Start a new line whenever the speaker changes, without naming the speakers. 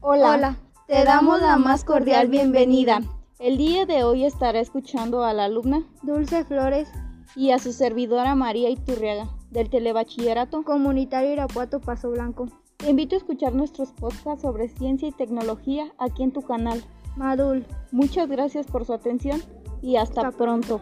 Hola.
Te damos la más cordial bienvenida.
El día de hoy estará escuchando a la alumna
Dulce Flores,
y a su servidora María Iturriaga del Telebachillerato.
comunitario Irapuato Paso Blanco.
Te invito a escuchar nuestros podcasts sobre ciencia y tecnología aquí en tu canal.
Madul.
Muchas gracias por su atención y hasta
Hasta
pronto.